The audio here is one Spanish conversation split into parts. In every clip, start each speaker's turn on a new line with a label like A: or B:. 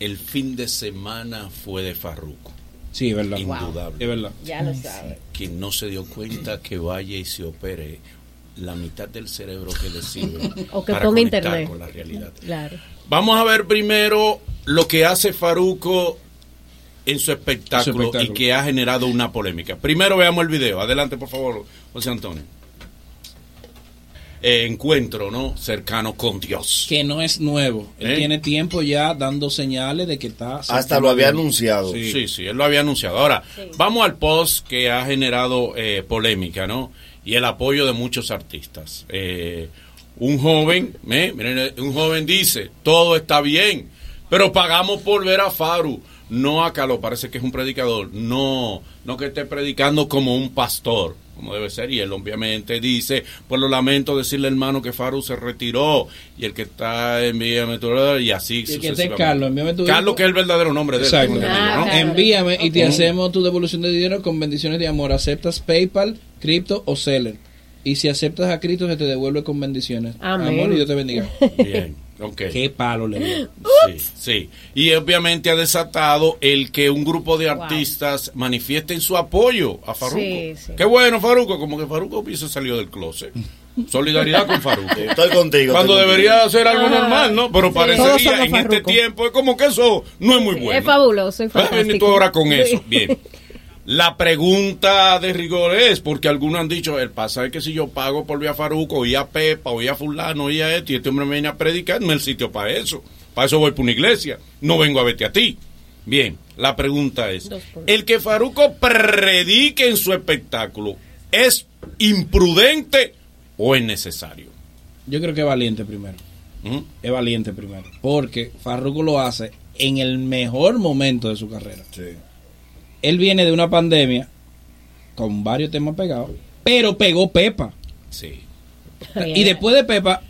A: el fin de semana fue de Farruco.
B: Sí, es verdad.
A: Indudable.
B: Es verdad.
C: Ya lo sabes.
A: Quien no se dio cuenta que vaya y se opere la mitad del cerebro que le sirve
C: O que
A: para
C: ponga
A: conectar
C: internet.
A: con la realidad.
C: Claro.
A: Vamos a ver primero lo que hace Faruco en su espectáculo,
B: Su espectáculo.
A: y que ha generado una polémica. Primero veamos el video. Adelante, por favor, José Antonio. Eh, encuentro, ¿no? Cercano con Dios.
B: Que no es nuevo. Él
A: ¿Eh?
B: tiene tiempo ya dando señales de que está.
D: Hasta lo había anunciado.
B: Sí.
A: Sí, sí, él lo había anunciado. Ahora, vamos al post que ha generado eh, polémica, ¿no? Y el apoyo de muchos artistas. Eh, un joven, eh, miren, eh, un joven dice, todo está bien, pero pagamos por ver a Faru, no a Caló, parece que es un predicador, no, no que esté predicando como un pastor. Como debe ser, y él obviamente dice: Pues lo lamento decirle, hermano, que Faru se retiró y el que está en Villa Metropolitana", y así
B: que esté
A: sucesivamente.
B: Carlos, envíame tu-
A: Carlos, que es el verdadero nombre de él,
B: Exacto.
A: tengo entendido,
C: Ah,
A: ¿no? Em,
C: claro.
B: Envíame y te
C: Ok.
B: hacemos tu devolución de dinero con bendiciones de amor. ¿Aceptas PayPal, cripto o Seller? Y si aceptas a Cristo, se te devuelve con bendiciones.
C: Amén.
B: Amor y Dios te bendiga.
A: Bien, ok.
B: Qué palo le dio.
A: Sí, sí. Y obviamente ha desatado el que un grupo de artistas manifiesten su apoyo a Farruko.
C: Sí, sí.
A: Qué bueno, Farruko. Como que Farruko se salió del closet. Solidaridad con Farruko.
D: Estoy contigo.
A: Cuando
D: estoy
A: debería ser algo
C: Ajá.
A: normal, ¿no? Pero
E: Todos
A: parecería
E: somos
A: en este
E: Farruko.
A: tiempo, es como que eso no es muy bueno.
C: Es fabuloso, es
A: Va a venir
C: fantástico.
A: tú ahora con
C: Sí.
A: eso. Bien. La pregunta de rigor es, porque algunos han dicho, el pasar que si yo pago por vía Faruco, o a Pepa, o a fulano, o a esto, y este hombre me viene a predicar, no es el sitio para eso. Para eso voy para una iglesia, no vengo a verte a ti. Bien, la pregunta es,
C: Dos por-
A: el que Faruco predique en su espectáculo, ¿es imprudente o es necesario?
B: Yo creo que es valiente primero.
A: ¿Mm?
B: Es valiente primero. Porque Farruko lo hace en el mejor momento de su carrera.
D: contigo.
B: Él viene de una pandemia con varios temas pegados, pero pegó Pepa.
A: Sí.
C: Bien.
B: Y después de Pepa.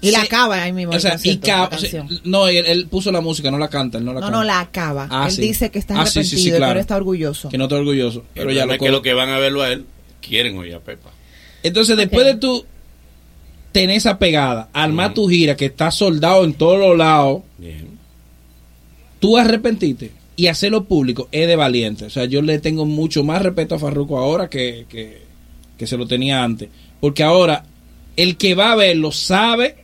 E: Y la
B: se-
E: acaba ahí mismo.
B: o sea,
E: por
B: y
E: cierto,
B: ca-
E: la
B: o sea,
E: canción.
B: no, él, él puso la música, no la canta, él no la
E: no,
B: canta.
E: no, la acaba.
B: Ah,
E: Él
B: sí.
E: dice que está
B: Ah, sí,
E: arrepentido,
B: sí, sí,
E: que
B: claro.
E: no está orgulloso.
B: Que no está orgulloso,
A: Pero
B: pero ya lo
A: que lo
B: co-
A: que van a verlo a él, quieren oír a Pepa.
B: Entonces, después de tú tener esa pegada, armar
A: Ujú.
B: tu gira que está soldado en todos los lados,
A: Bien.
B: tú arrepentirte y hacerlo público es de valiente. O sea, yo le tengo mucho más respeto a Farruko ahora que, que, que se lo tenía antes. Porque ahora, el que va a verlo sabe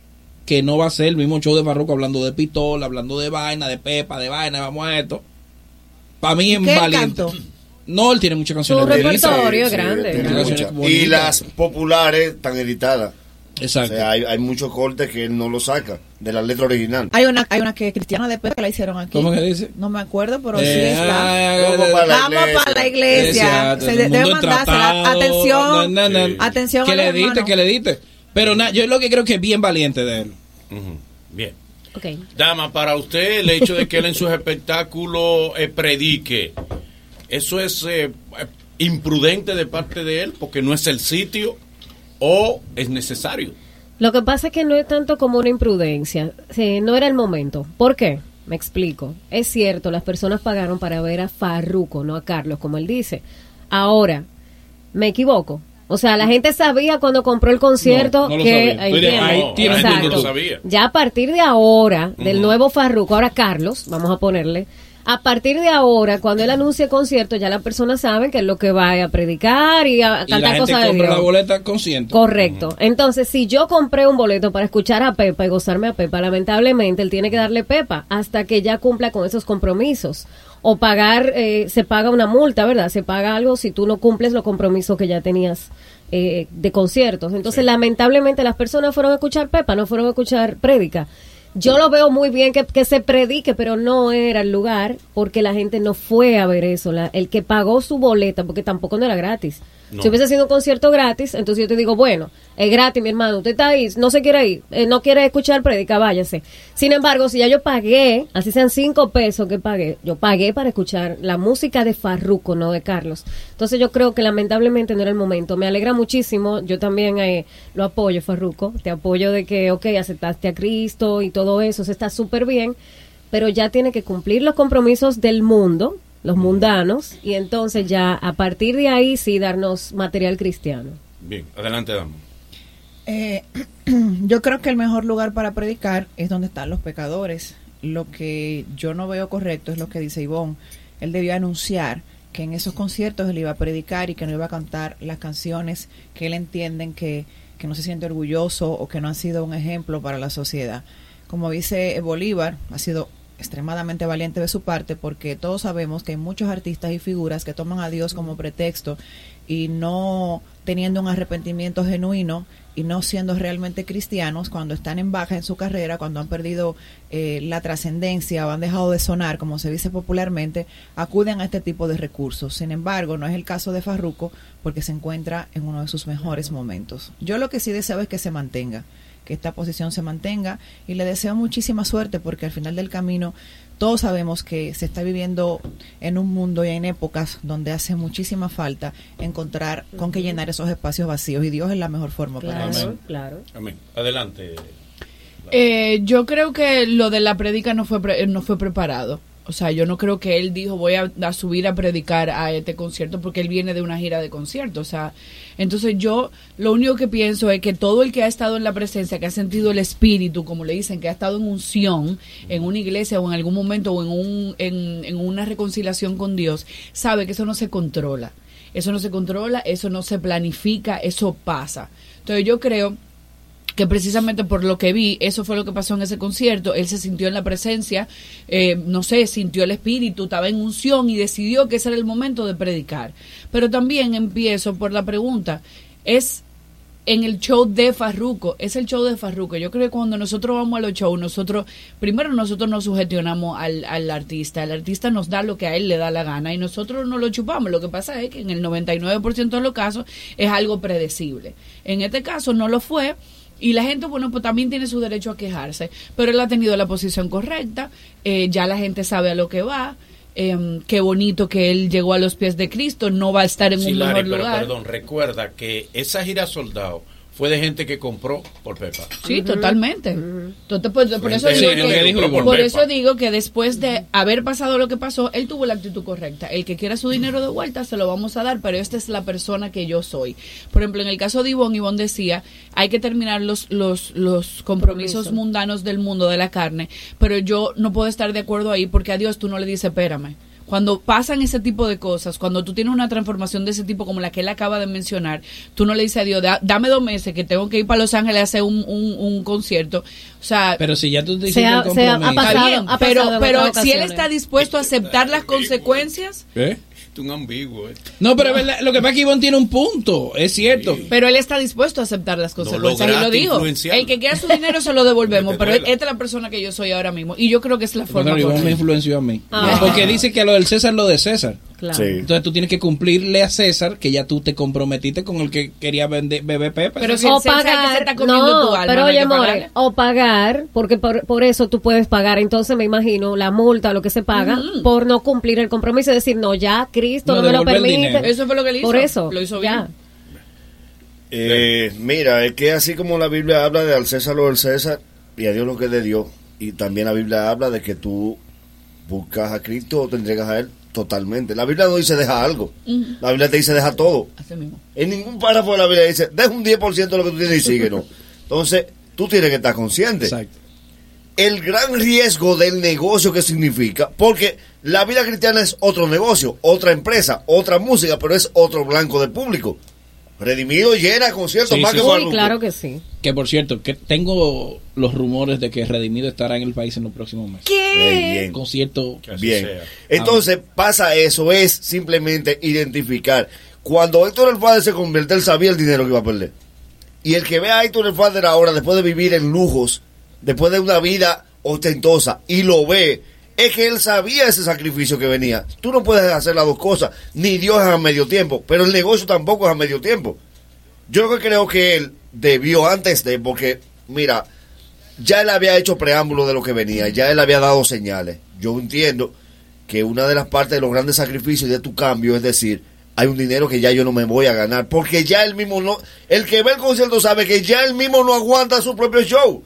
B: que no va a ser el mismo show de Farruko hablando de pistola, hablando de vaina, de pepa, de vaina, vamos a esto. Para mí es
E: ¿Qué él
B: valiente.
E: cantó?
B: No, él tiene muchas canciones.
C: Su
B: bonitas.
C: repertorio es grande.
D: tiene
B: Tiene
D: muchas.
B: canciones
D: Y
B: bonitas.
D: las populares tan editadas. O
B: Exacto.
D: sea, hay, hay muchos cortes que él no lo saca de la letra original.
E: Hay una, hay una que es cristiana de Pepa que la hicieron aquí.
B: ¿Cómo que dice?
E: No me acuerdo, pero sí
B: Eh,
E: está.
B: ah,
D: Como
B: eh,
D: para la
E: Vamos
D: iglesia.
E: para la iglesia.
B: Exacto,
E: Se
B: el
E: de- debe
B: mundo
E: mandársela.
B: tratado,
E: Atención.
B: na, na, na.
E: Atención
B: Que
E: a
B: le
E: los
B: diste,
E: hermanos.
B: que le diste. Pero nada, yo lo que creo que es bien valiente de él.
A: Ujú. Bien.
C: Ok.
A: Dama, para usted el hecho de que él en sus espectáculos eh, predique, ¿eso es eh, imprudente de parte de él porque no es el sitio o es necesario?
C: Lo que pasa es que no es tanto como una imprudencia. Sí, no era el momento. ¿Por qué? Me explico. Es cierto, las personas pagaron para ver a Farruco, no a Carlos, como él dice. Ahora, me equivoco. O sea, la gente sabía cuando compró el concierto
B: No, no lo
C: que
B: sabía. Estoy de-
C: ¿entiendes?
B: ahí tiene
A: un punto, no
C: Exacto.
A: lo sabía.
C: Ya a partir de ahora, del
A: Ujú.
C: nuevo Farruco, ahora Carlos, vamos a ponerle, a partir de ahora, cuando él anuncie concierto, ya las personas saben que es lo que va a predicar y a
B: Y la
C: cantar
B: gente
C: cosas de
B: compra
C: Dios.
B: la boleta consciente.
C: Correcto. Entonces, si yo compré un boleto para escuchar a Pepa y gozarme a Pepa, lamentablemente él tiene que darle Pepa hasta que ya cumpla con esos compromisos. O pagar, eh, se paga una multa, ¿verdad? Se paga algo si tú no cumples los compromisos que ya tenías eh, de conciertos. Entonces, lamentablemente las personas fueron a escuchar Pepa, no fueron a escuchar prédica. Yo lo veo muy bien que, que se predique, pero no era el lugar porque la gente no fue a ver eso. La- el que pagó su boleta, porque tampoco no era gratis.
A: No.
C: Si hubiese sido un concierto gratis, entonces yo te digo, bueno, es gratis, mi hermano, usted está ahí, no se quiere ir, eh, no quiere escuchar predica, váyase. Sin embargo, si ya yo pagué, así sean cinco pesos que pagué, yo pagué para escuchar la música de Farruco, no de Carlos. Entonces yo creo que lamentablemente no era el momento. Me alegra muchísimo, yo también eh, lo apoyo, Farruco, te apoyo de que, ok, aceptaste a Cristo y todo eso, se está súper bien, pero ya tiene que cumplir los compromisos del mundo, los mundanos, y entonces ya a partir de ahí sí darnos material cristiano.
A: Bien, adelante, Dama.
E: Eh, yo creo que el mejor lugar para predicar es donde están los pecadores. lo que yo no veo correcto es lo que dice Ivonne. Él debió anunciar que en esos conciertos él iba a predicar y que no iba a cantar las canciones que él entienden que, que no se siente orgulloso o que no han sido un ejemplo para la sociedad. Como dice Bolívar, ha sido extremadamente valiente de su parte porque todos sabemos que hay muchos artistas y figuras que toman a Dios como pretexto y no teniendo un arrepentimiento genuino y no siendo realmente cristianos cuando están en baja en su carrera, cuando han perdido eh, la trascendencia o han dejado de sonar, como se dice popularmente, acuden a este tipo de recursos. Sin embargo, no es el caso de Farruco porque se encuentra en uno de sus mejores momentos. Yo lo que sí deseo es que se mantenga que esta posición se mantenga y le deseo muchísima suerte porque al final del camino todos sabemos que se está viviendo en un mundo y en épocas donde hace muchísima falta encontrar con qué llenar esos espacios vacíos y Dios es la mejor forma para eso.
C: Claro,
A: Amén.
C: claro.
A: Amén. Adelante.
F: Eh, yo creo que lo de la predica no fue, pre- eh, no fue preparado. O sea, yo no creo que él dijo voy a, a subir a predicar a este concierto porque él viene de una gira de conciertos. O sea, entonces yo lo único que pienso es que todo el que ha estado en la presencia, que ha sentido el espíritu, como le dicen, que ha estado en unción, en una iglesia o en algún momento o en, un, en, en una reconciliación con Dios, sabe que eso no se controla. Eso no se controla, eso no se planifica, eso pasa. Entonces yo creo que precisamente por lo que vi, eso fue lo que pasó en ese concierto, él se sintió en la presencia, eh, no sé, sintió el espíritu, estaba en unción y decidió que ese era el momento de predicar. Pero también empiezo por la pregunta, es en el show de Farruco, es el show de Farruco. Yo creo que cuando nosotros vamos a los shows, nosotros, primero nosotros nos sugestionamos al, al artista, el artista nos da lo que a él le da la gana y nosotros no lo chupamos. Lo que pasa es que en el 99% de los casos es algo predecible. En este caso no lo fue. Y la gente, bueno, pues también tiene su derecho a quejarse, pero él ha tenido la posición correcta, eh, ya la gente sabe a lo que va, em, qué bonito que él llegó a los pies de Cristo, no va a estar en
A: Sí,
F: un
A: Lari,
F: mejor
A: pero
F: lugar.
A: perdón, recuerda que esa gira soldado fue de gente que compró por Pepa.
F: Sí, totalmente. Entonces, pues, por,
A: Frente
F: eso
A: a
F: digo
A: Irene
F: que,
A: que dijo,
F: por
A: "Volver,
F: eso
A: pa".
F: digo que después de haber pasado lo que pasó, él tuvo la actitud correcta. El que quiera su dinero de vuelta, se lo vamos a dar, pero esta es la persona que yo soy. Por ejemplo, en el caso de Ivonne, Ivonne decía, hay que terminar los, los, los compromisos
C: Compromiso.
F: mundanos del mundo de la carne, pero yo no puedo estar de acuerdo ahí porque a Dios tú no le dices, espérame. Cuando pasan ese tipo de cosas, cuando tú tienes una transformación de ese tipo como la que él acaba de mencionar, tú no le dices a Dios, "Da- dame dos meses que tengo que ir para Los Ángeles a hacer un, un- un concierto. O sea,
B: Pero si ya tú te
C: Se
B: hiciste
C: ha-
B: el
C: se ha- ha
B: compromiso.
F: está
C: pasado,
F: bien,
C: ha
F: pero,
C: pasado en
F: pero
C: otras
F: si él
C: ocasiones.
F: está dispuesto a aceptar las consecuencias,
B: ¿Eh?
A: Tú un ambiguo, ¿eh?
B: No, pero es verdad, lo que pasa es que Ivonne tiene un punto, es cierto.
F: pero él está dispuesto a aceptar las
A: No
F: consecuencias. y lo
A: lograste
F: dijo.
A: influenciarlo.
F: El que quiera su dinero se lo devolvemos,
A: Que te
F: pero
A: duela.
F: esta es la persona que yo soy ahora mismo. Y yo creo que es la
B: Bueno,
F: forma
B: Ivonne me
F: correcta.
B: influenció a mí.
C: Ah.
B: Porque dice que lo del César lo de César.
C: Claro.
D: Sí.
B: Entonces tú tienes que cumplirle a César que ya tú te comprometiste con el que quería vender bebé Pepe.
F: Pero si
C: o
F: el César que se
C: pagar,
F: está comiendo
C: no,
F: tu alma,
C: pero
F: no hay
C: oye,
F: que
C: more,
F: pagarle.
C: o pagar, porque por, por eso tú puedes pagar, entonces me imagino la multa, lo que se paga, por no cumplir el compromiso, y decir, no, ya, Cristo,
B: No,
C: no, me lo
B: devolver el dinero.
C: permite.
F: Eso fue lo que él hizo.
C: Por eso,
F: Lo hizo
C: ya.
F: bien.
D: Eh, mira, es que así como la Biblia habla de al César lo del César y a Dios lo que es de Dios, y también la Biblia habla de que tú buscas a Cristo o te entregas a Él totalmente. La Biblia no dice deja algo, la Biblia te dice deja todo.
F: Así mismo.
D: En ningún párrafo de la Biblia dice deja un 10% de lo que tú tienes y síguelo. Entonces, tú tienes que estar consciente.
B: Exacto.
D: El gran riesgo del negocio que significa, porque la vida cristiana es otro negocio, otra empresa, otra música, pero es otro blanco del público. Redimido llena conciertos
B: Sí,
D: más
B: sí,
D: que
B: sí.
D: Farruko.
C: Uy, claro que sí.
B: Que por cierto, que tengo los rumores de que Redimido estará en el país en los próximos meses.
D: Eh, bien,
B: Concierto.
A: Que así
D: bien.
A: sea.
D: Entonces pasa eso, es simplemente identificar. Cuando Héctor el Father se convierte, él sabía el dinero que iba a perder. Y el que ve a Héctor el Father ahora, después de vivir en lujos, después de una vida ostentosa, y lo ve, es que él sabía ese sacrificio que venía. Tú no puedes hacer las dos cosas, ni Dios es a medio tiempo, pero el negocio tampoco es a medio tiempo. Yo lo que creo que él debió antes de, porque, mira, ya él había hecho preámbulo de lo que venía, ya él había dado señales. Yo entiendo que una de las partes de los grandes sacrificios de tu cambio es decir, hay un dinero que ya yo no me voy a ganar, porque ya él mismo no, el que ve el concierto sabe que ya él mismo no aguanta su propio show.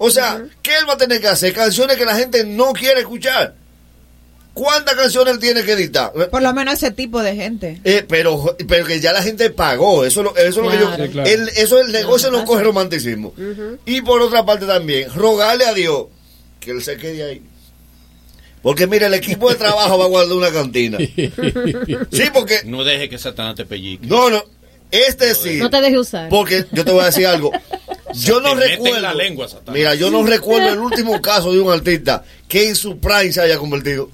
D: O sea, ¿qué él va a tener que hacer? Canciones que la gente no quiere escuchar. ¿Cuántas canciones él tiene que editar?
E: Por lo menos ese tipo de gente.
D: Eh, pero, pero que ya la gente pagó. Eso, es lo- eso es lo que yo.
B: Claro. Sí, claro.
D: el- eso es el negocio no coge romanticismo. Y por otra parte también, rogarle a Dios que él se quede ahí. Porque mira, el equipo de trabajo va a guardar una cantina. Sí, porque...
A: No deje que Satanás te pellique.
D: No, no. Este sí.
C: No te dejes usar.
D: Porque yo te voy a decir algo. Yo no
A: te mete en
D: recuerdo.
A: la lengua, Satanás.
D: mira, yo no recuerdo el último caso de un artista que en su prime se haya convertido.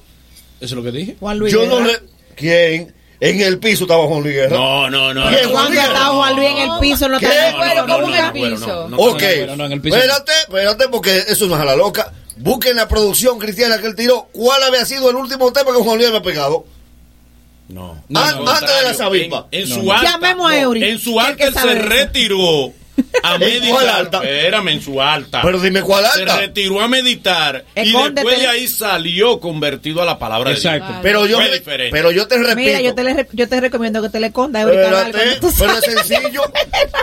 B: es lo que dije.
E: Juan Luis.
D: yo no
E: Guerra.
D: re- ¿Quién? En el piso estaba Juan Luis Guerra.
A: No, no, no.
D: Bien,
A: no,
E: Juan
A: no,
E: que estaba
A: no,
E: Juan Luis en
A: no,
E: el
A: no,
E: piso, no
D: ¿Qué?
E: estaba
A: no,
E: Bueno,
A: no, no,
E: como en
A: no,
E: el
A: bueno,
E: piso.
A: no, no,
D: ok.
B: no, no, en el piso.
D: Espérate, espérate, porque eso no es a la loca. Busquen la producción cristiana que él tiró. ¿Cuál había sido el último tema que Juan Luis había pegado?
A: No.
B: No,
D: An-
B: no.
D: antes de la sabimba.
A: En, en
B: No,
A: su
B: no.
A: alta.
E: Llamemos a Eury,
A: En
E: que
A: su
E: es
A: alta
E: que
A: él se
E: sabe de eso.
A: retiró a
D: cuál
A: meditar.
D: alta?
A: Espérame, en su alta.
D: Pero dime cuál alta.
A: Ah. Se retiró a meditar y
E: Escóndete.
A: después de ahí salió convertido a la palabra
B: Exacto.
A: de Dios.
D: Pero yo,
A: Fue diferente.
D: pero yo te repito.
E: Mira, yo te, le- yo te recomiendo que te le escondas, Eureka
D: Espérate,
E: Val, cuando tú
D: pero es
E: sabes.
D: sencillo.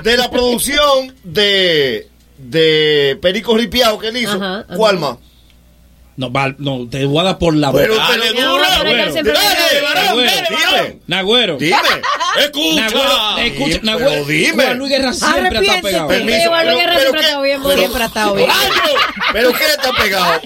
D: De la producción de, de Perico Ripiao que él hizo,
C: Ajá, ajá.
D: ¿cuál más?
B: No, Val, no, te voy a dar por la
D: Pero
B: boca.
A: Dale,
D: te lo
A: duro,
D: juro,
A: Nagüero.
C: siempre
A: Dale,
C: lo
A: varón,
B: Nagüero.
A: dale, varón.
B: Nagüero.
D: Dime,
A: Escucha.
B: Escucha,
D: Pero
B: Nagüero,
D: dime.
B: Juan Luis Guerra siempre está
E: Arrepiéntete.
B: pegado.
D: permiso.
C: Sí, Juan Luis
D: pero-
C: Guerra
D: pero
C: siempre
D: ¿qué?
C: ha estado bien,
D: Pero-
E: Siempre ha estado bien.
D: ¡Rayo! ¿Pero qué está pegado?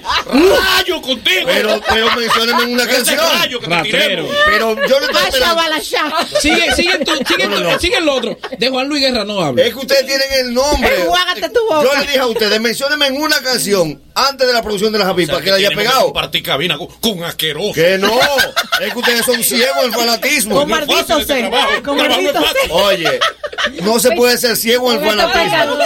A: Rayo contigo.
D: Pero, pero mencióname en una
A: Ese
D: canción.
A: rayo que te
B: Ratero.
A: tiremos.
D: Pero yo no estoy
E: Asha
D: esperando.
E: Balasha.
B: Sigue, sigue tú, sigue
D: No,
B: tú,
D: no, no.
B: sigue el otro. De Juan Luis Guerra no hablo.
D: Es que ustedes tienen el nombre.
E: Enjuágate tu boca.
D: eh, Yo le dije a ustedes, menciónenme en una canción antes de la producción de la Javi para que la haya
A: tenemos
D: pegado.
A: compartir cabina con, con asqueroso.
D: Que no, es que ustedes son ciegos al fanatismo.
E: Con
A: No es fácil
E: maldito
A: este
E: sea.
A: trabajo.
E: Con
A: Trabajo
E: maldito
A: es fácil.
D: Oye, no se puede ser ciego al
C: Está
D: fanatismo.
C: pegado.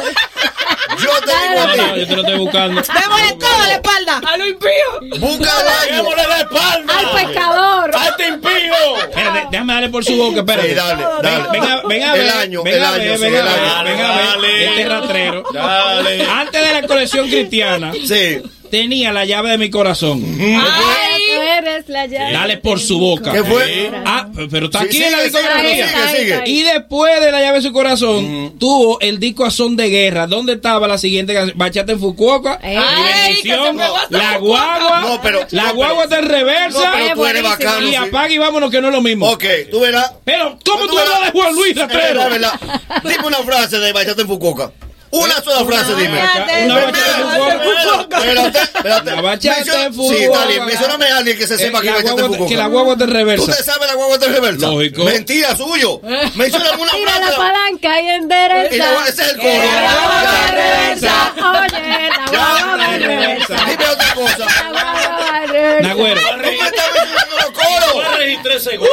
D: Yo te digo
B: No,
D: a
B: no, yo
D: ti,
B: te lo estoy buscando.
E: Démosle todo a la espalda.
F: ¡A lo impío!
D: busca el año.
A: ¡Démosle la espalda!
C: Al pecador.
A: ¡Salte impío!
B: Espérate, déjame darle por su boca, espérate.
D: Sí, dale, dale.
B: Ven a, ven a
D: El
B: ver,
D: año,
B: ven
D: el
B: a
D: año,
B: ver,
D: sí,
B: ven a
D: el
B: ver,
A: año.
B: ven a ver,
A: Dale.
B: este ratrero.
A: Dale.
B: Antes de la colección cristiana,
D: Sí,
B: tenía la llave de mi corazón.
C: Ay, tú eres la llave.
B: Dale por su boca.
D: ¿qué
A: Sí.
D: fue?
B: Ah, pero está
D: Sí,
B: aquí en la
D: sigue, sigue,
B: discografía.
D: sigue,
C: Ahí,
D: sigue. Mm.
C: ahí,
B: Y después de la llave de su corazón, tuvo el disco a son de guerra. ¿Dónde estaba la siguiente canción? Bachata en Fukuoka.
C: Ey.
B: Mi
C: Ay,
F: que se
B: bendición,
F: me va hasta
B: la
F: Fukuoka.
B: guagua.
D: No, pero-
B: la
D: no,
B: guagua está en
D: No,
B: reversa.
D: pero tú eres
C: buenísimo.
D: bacano.
B: y
D: sí.
B: apaga y vámonos que no es lo mismo.
D: Ok, tú verás.
B: Pero, ¿cómo tú hablas de Juan Luis Ratrero?
D: Es verdad, es verdad. Dime una frase de Bachata en Fukuoka. Una sola frase, dime.
E: Espérate,
B: Una
E: espérate,
B: bachata en
E: espérate,
B: Fukuoka.
E: Fukuoka.
D: Espérate, espérate.
B: La bachata en
D: Sí, está bien.
B: Fukuoka.
D: Mencióname a alguien que se
B: Eh,
D: sepa que
B: la
D: es bachata en
B: guagua- que la
D: Fukuoka.
B: guagua está en
D: ¿Tú
B: reversa.
D: te sabes la guagua de reversa?
B: Lógico.
D: Mentira, suyo. Mencióname una
C: Tira la
D: frase.
C: palanca y
D: Y la guagua-
C: endereza.
D: ese es el coro.
C: Que la guagua
D: Ya.
C: va en reversa. Oye, la guagua va en reversa.
D: Dime otra cosa.
C: La guagua va en reversa.
B: Nagüero.
D: Tú me estás mencionando los
A: Voy a
D: coros.
A: registrar ese gol.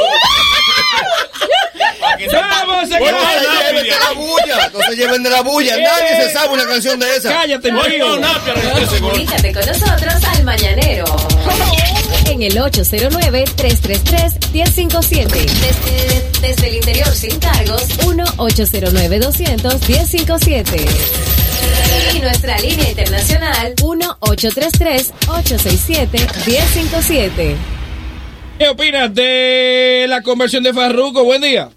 A: Para que se-
B: Vamos a
A: Voy
D: No
A: con
D: se lleven de
A: Napia.
D: la bulla. No se lleven de la
B: Eh,
D: bulla. Nadie se sabe una canción de esa.
B: Cállate,
A: Voy
B: mío.
A: con Napia a registrar ese gol.
G: Comunícate con nosotros al Mañanero.
C: En el 809-333-1057.
G: Desde, desde el interior sin cargos
C: 1-809-200-1057.
G: y nuestra línea internacional
C: 1-833-867-1057.
B: ¿Qué opinas de la conversión de Farruco? Buen día.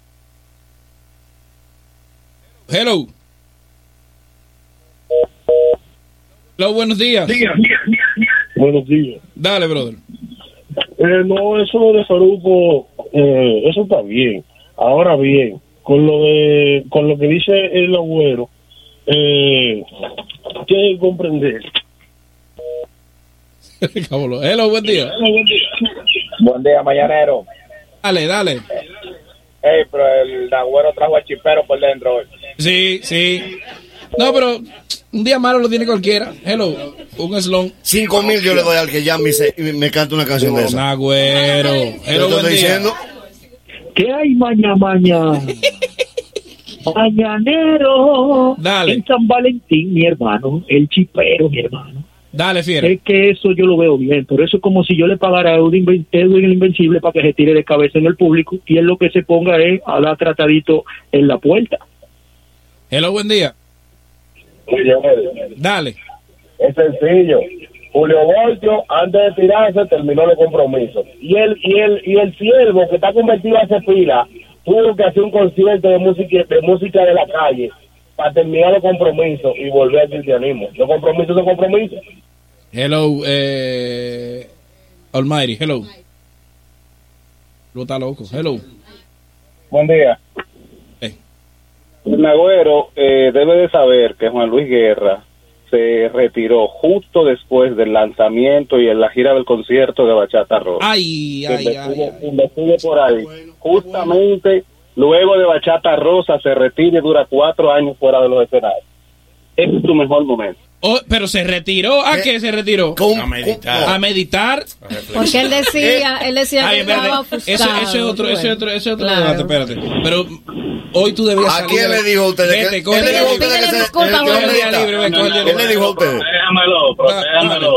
B: Hello. Hello, buenos días.
H: Buenos días.
B: Dale, brother.
H: Eh, no, eso de Faruco, eh, eso está bien. Ahora bien, con lo de, con lo que dice el abuelo, eh, tiene que comprender.
B: Cábalo. Hello, buen día.
I: Buen día, mañanero.
B: Dale, dale.
I: Ey, pero el Nagüero trajo al chipero por dentro hoy.
B: Sí, sí. No, pero un día malo lo tiene cualquiera. Hello, un slon.
D: Cinco mil yo le doy al que llame y, se- y me canta una canción de esa.
B: Nagüero.
D: Yo
B: Hello,
D: te
B: buen
D: estoy
B: día.
D: diciendo.
H: ¿Qué hay mañana, mañana? Mañanero.
B: Dale.
H: En San Valentín, mi hermano, el chipero, mi hermano.
B: Dale, fiera.
H: Es que eso yo lo veo bien, pero eso es como si yo le pagara a Edwin Inven- Edwin el Invencible para que se tire de cabeza en el público y él lo que se ponga es a dar tratadito en la puerta.
B: Hello, buen día. Dale.
I: Es sencillo. Julio Voltio, antes de tirarse, terminó el compromiso. Y el, y el, y el siervo que está convertido a ese pila, tuvo que hacer un concierto de música de, música de la calle para terminar el compromiso y volver al cristianismo. Los compromisos son compromisos.
B: Hello, eh, Almighty, hello. Lo está loco, hello.
I: Buen día.
B: Eh,
I: El Nagüero eh, debe de saber que Juan Luis Guerra se retiró justo después del lanzamiento y en la gira del concierto de Bachata Rock.
B: Ay, ay,
I: Investigue-
B: ay, ay.
I: investigue por ahí. Justamente luego de Bachata Rosa se retira y dura cuatro años fuera de los escenarios. Ese es tu mejor momento.
B: Oh, pero se retiró. ¿A
D: Eh,
B: qué se retiró?
D: Con-
A: A meditar.
B: A meditar.
A: A reflexionar.
C: Porque él decía, él decía
B: Eh, Ay,
C: que
B: espérate.
C: estaba
B: Eso,
C: ofuscado.
B: eso es otro, eso es otro, eso es otro
C: Claro.
B: debate, espérate. Pero hoy tú debías
D: ¿A
B: salir
D: quién
B: de-
D: le dijo a ustedes que-
B: Vete, coge
D: él
B: el
D: le dijo a
B: día
D: ustedes
C: Pídele
D: que se-
C: disculpas,
D: el que
C: Juan.
D: va a meditar?
B: libre, ve, coge el día
D: ¿Quién
B: libre.
D: le dijo a ustedes?
J: Déjamelo, protéjamelo.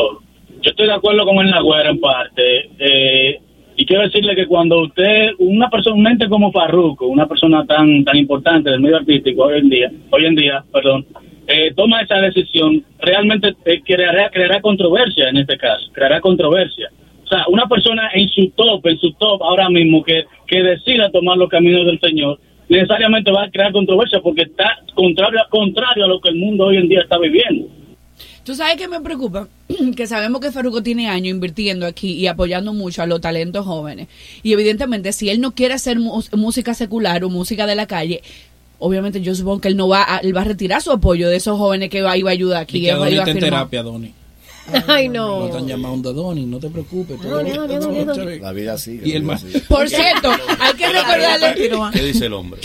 J: Yo estoy de acuerdo con el Nagüero en parte. eh, y quiero decirle que cuando usted, una persona, un ente como Farruco, una persona tan tan importante del medio artístico hoy en día, hoy en día, perdón, eh, toma esa decisión, realmente eh, creará, creará controversia en este caso, creará controversia. O sea, una persona en su top, en su top ahora mismo, que, que decida tomar los caminos del Señor, necesariamente va a crear controversia porque está contrario, a- contrario a lo que el mundo hoy en día está viviendo.
F: Tú sabes que me preocupa que sabemos que Farruko tiene años invirtiendo aquí y apoyando mucho a los talentos jóvenes. Y evidentemente, si él no quiere hacer mu- música secular o música de la calle, obviamente yo supongo que él no va a, él va a retirar su apoyo de esos jóvenes que va, iba a ayudar aquí.
B: Y que
F: él va-
B: Donny
F: iba a
B: está en
F: firmar.
B: terapia, Donny.
C: Ay,
B: Lo
C: no.
B: están llamando a Donny, no te preocupes. todo
C: No,
B: bien,
C: no, no,
B: todo
C: no, no.
B: chévere.
D: La vida sigue.
B: Y el
D: la vida
B: más-
D: sigue.
F: Por cierto, hay que recordarle.
A: ¿Qué dice el hombre?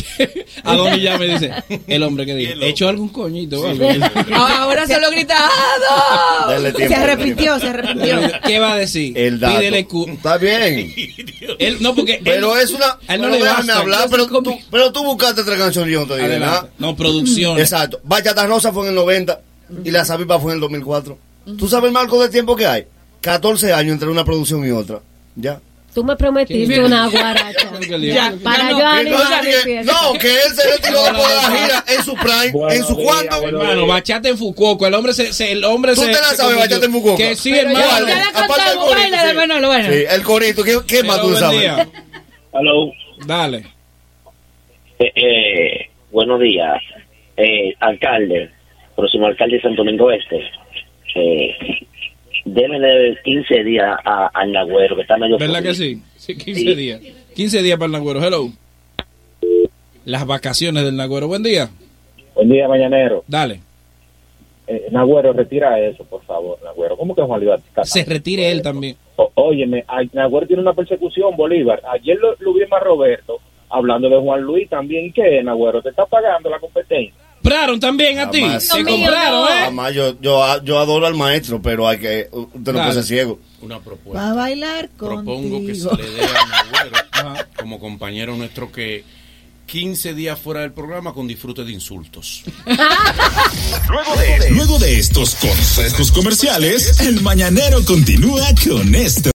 B: A Donny ya me dice, el hombre que
A: El
B: dice, he
A: hombre.
B: hecho algún coñito. o algo.
F: Ahora se lo grita "¡Ado!".
D: Dale tiempo,
E: Se
D: dale
E: arrepintió, se arrepintió.
B: ¿Qué va a decir?
D: El dato.
B: Pídele cu-
D: Está bien.
B: Él, no, porque él-
D: Pero es una.
B: a él no
D: pero
B: le
D: déjame
B: basta.
D: hablar,
B: Yo
D: pero
B: sí comí-
D: tú, pero tú buscaste tres canciones, yo no te dije
B: Adelante.
D: nada.
B: No, producción.
D: Exacto. Bachata Rosa fue en el 90 y La Zapipa fue en el 2004. ¿Tú sabes el marco de tiempo que hay? 14 años entre una producción y otra. Ya.
C: Tú me prometiste
B: ¿Quién?
C: una guaracha.
B: Ya,
C: Para
F: ya no.
C: yo
B: Ah,
D: Entonces,
C: animar mi
D: dije,
C: fiesta.
D: no, que él se retiró después de la gira en su prime, en su cuarto.
B: Hermano, bachata en Fukuoka. El hombre se. se- el hombre
D: ¿Tú
B: se,
D: te la
B: se
D: sabes,
B: convirtió.
D: bachata en Fukuoka?
B: Que sí,
F: Pero
B: hermano.
F: ya- ya la
D: Aparte
F: cantamos,
D: del corito,
F: baila de
D: sí.
F: Manolo, bueno.
D: Sí, el corito. ¿Qué, qué más
B: Pero
D: tú
B: buen
D: sabes?
B: día.
J: Hello.
B: Dale.
J: Eh, eh, buenos días, Eh, alcalde, próximo alcalde de Santo Domingo Este. Eh, démele 15 días a- al Nagüero, que está medio.
B: ¿Verdad que sí? Sí, 15 días. 15 días para el Nagüero. Hello. Las vacaciones del Nagüero. Buen día.
I: Buen día, mañanero. Eh,
B: Dale.
I: Nagüero, retira eso, por favor, Nagüero. ¿Cómo que Juan Bolívar?
B: Se retire él también.
I: óyeme, a- Nagüero tiene una persecución, Bolívar. Ayer lo, lo vimos a Roberto hablando de Juan Luis también. que Nagüero? ¿Te está pagando la competencia?
B: ¿Compraron también a ti?
D: Jamás.
B: Se
C: Dios mío,
B: compraron,
C: no.
B: ¿eh?
D: Además, yo, yo, yo adoro al maestro, pero hay que. Usted no
B: Dale.
D: puede ser ciego.
A: Una
E: Va
A: propuesta.
E: a bailar
A: Propongo que se
E: contigo.
A: le dé a Nagüero, como compañero nuestro, que 15 días fuera del programa con disfrute de insultos.
K: Luego de estos consejos comerciales, el mañanero continúa con este esto.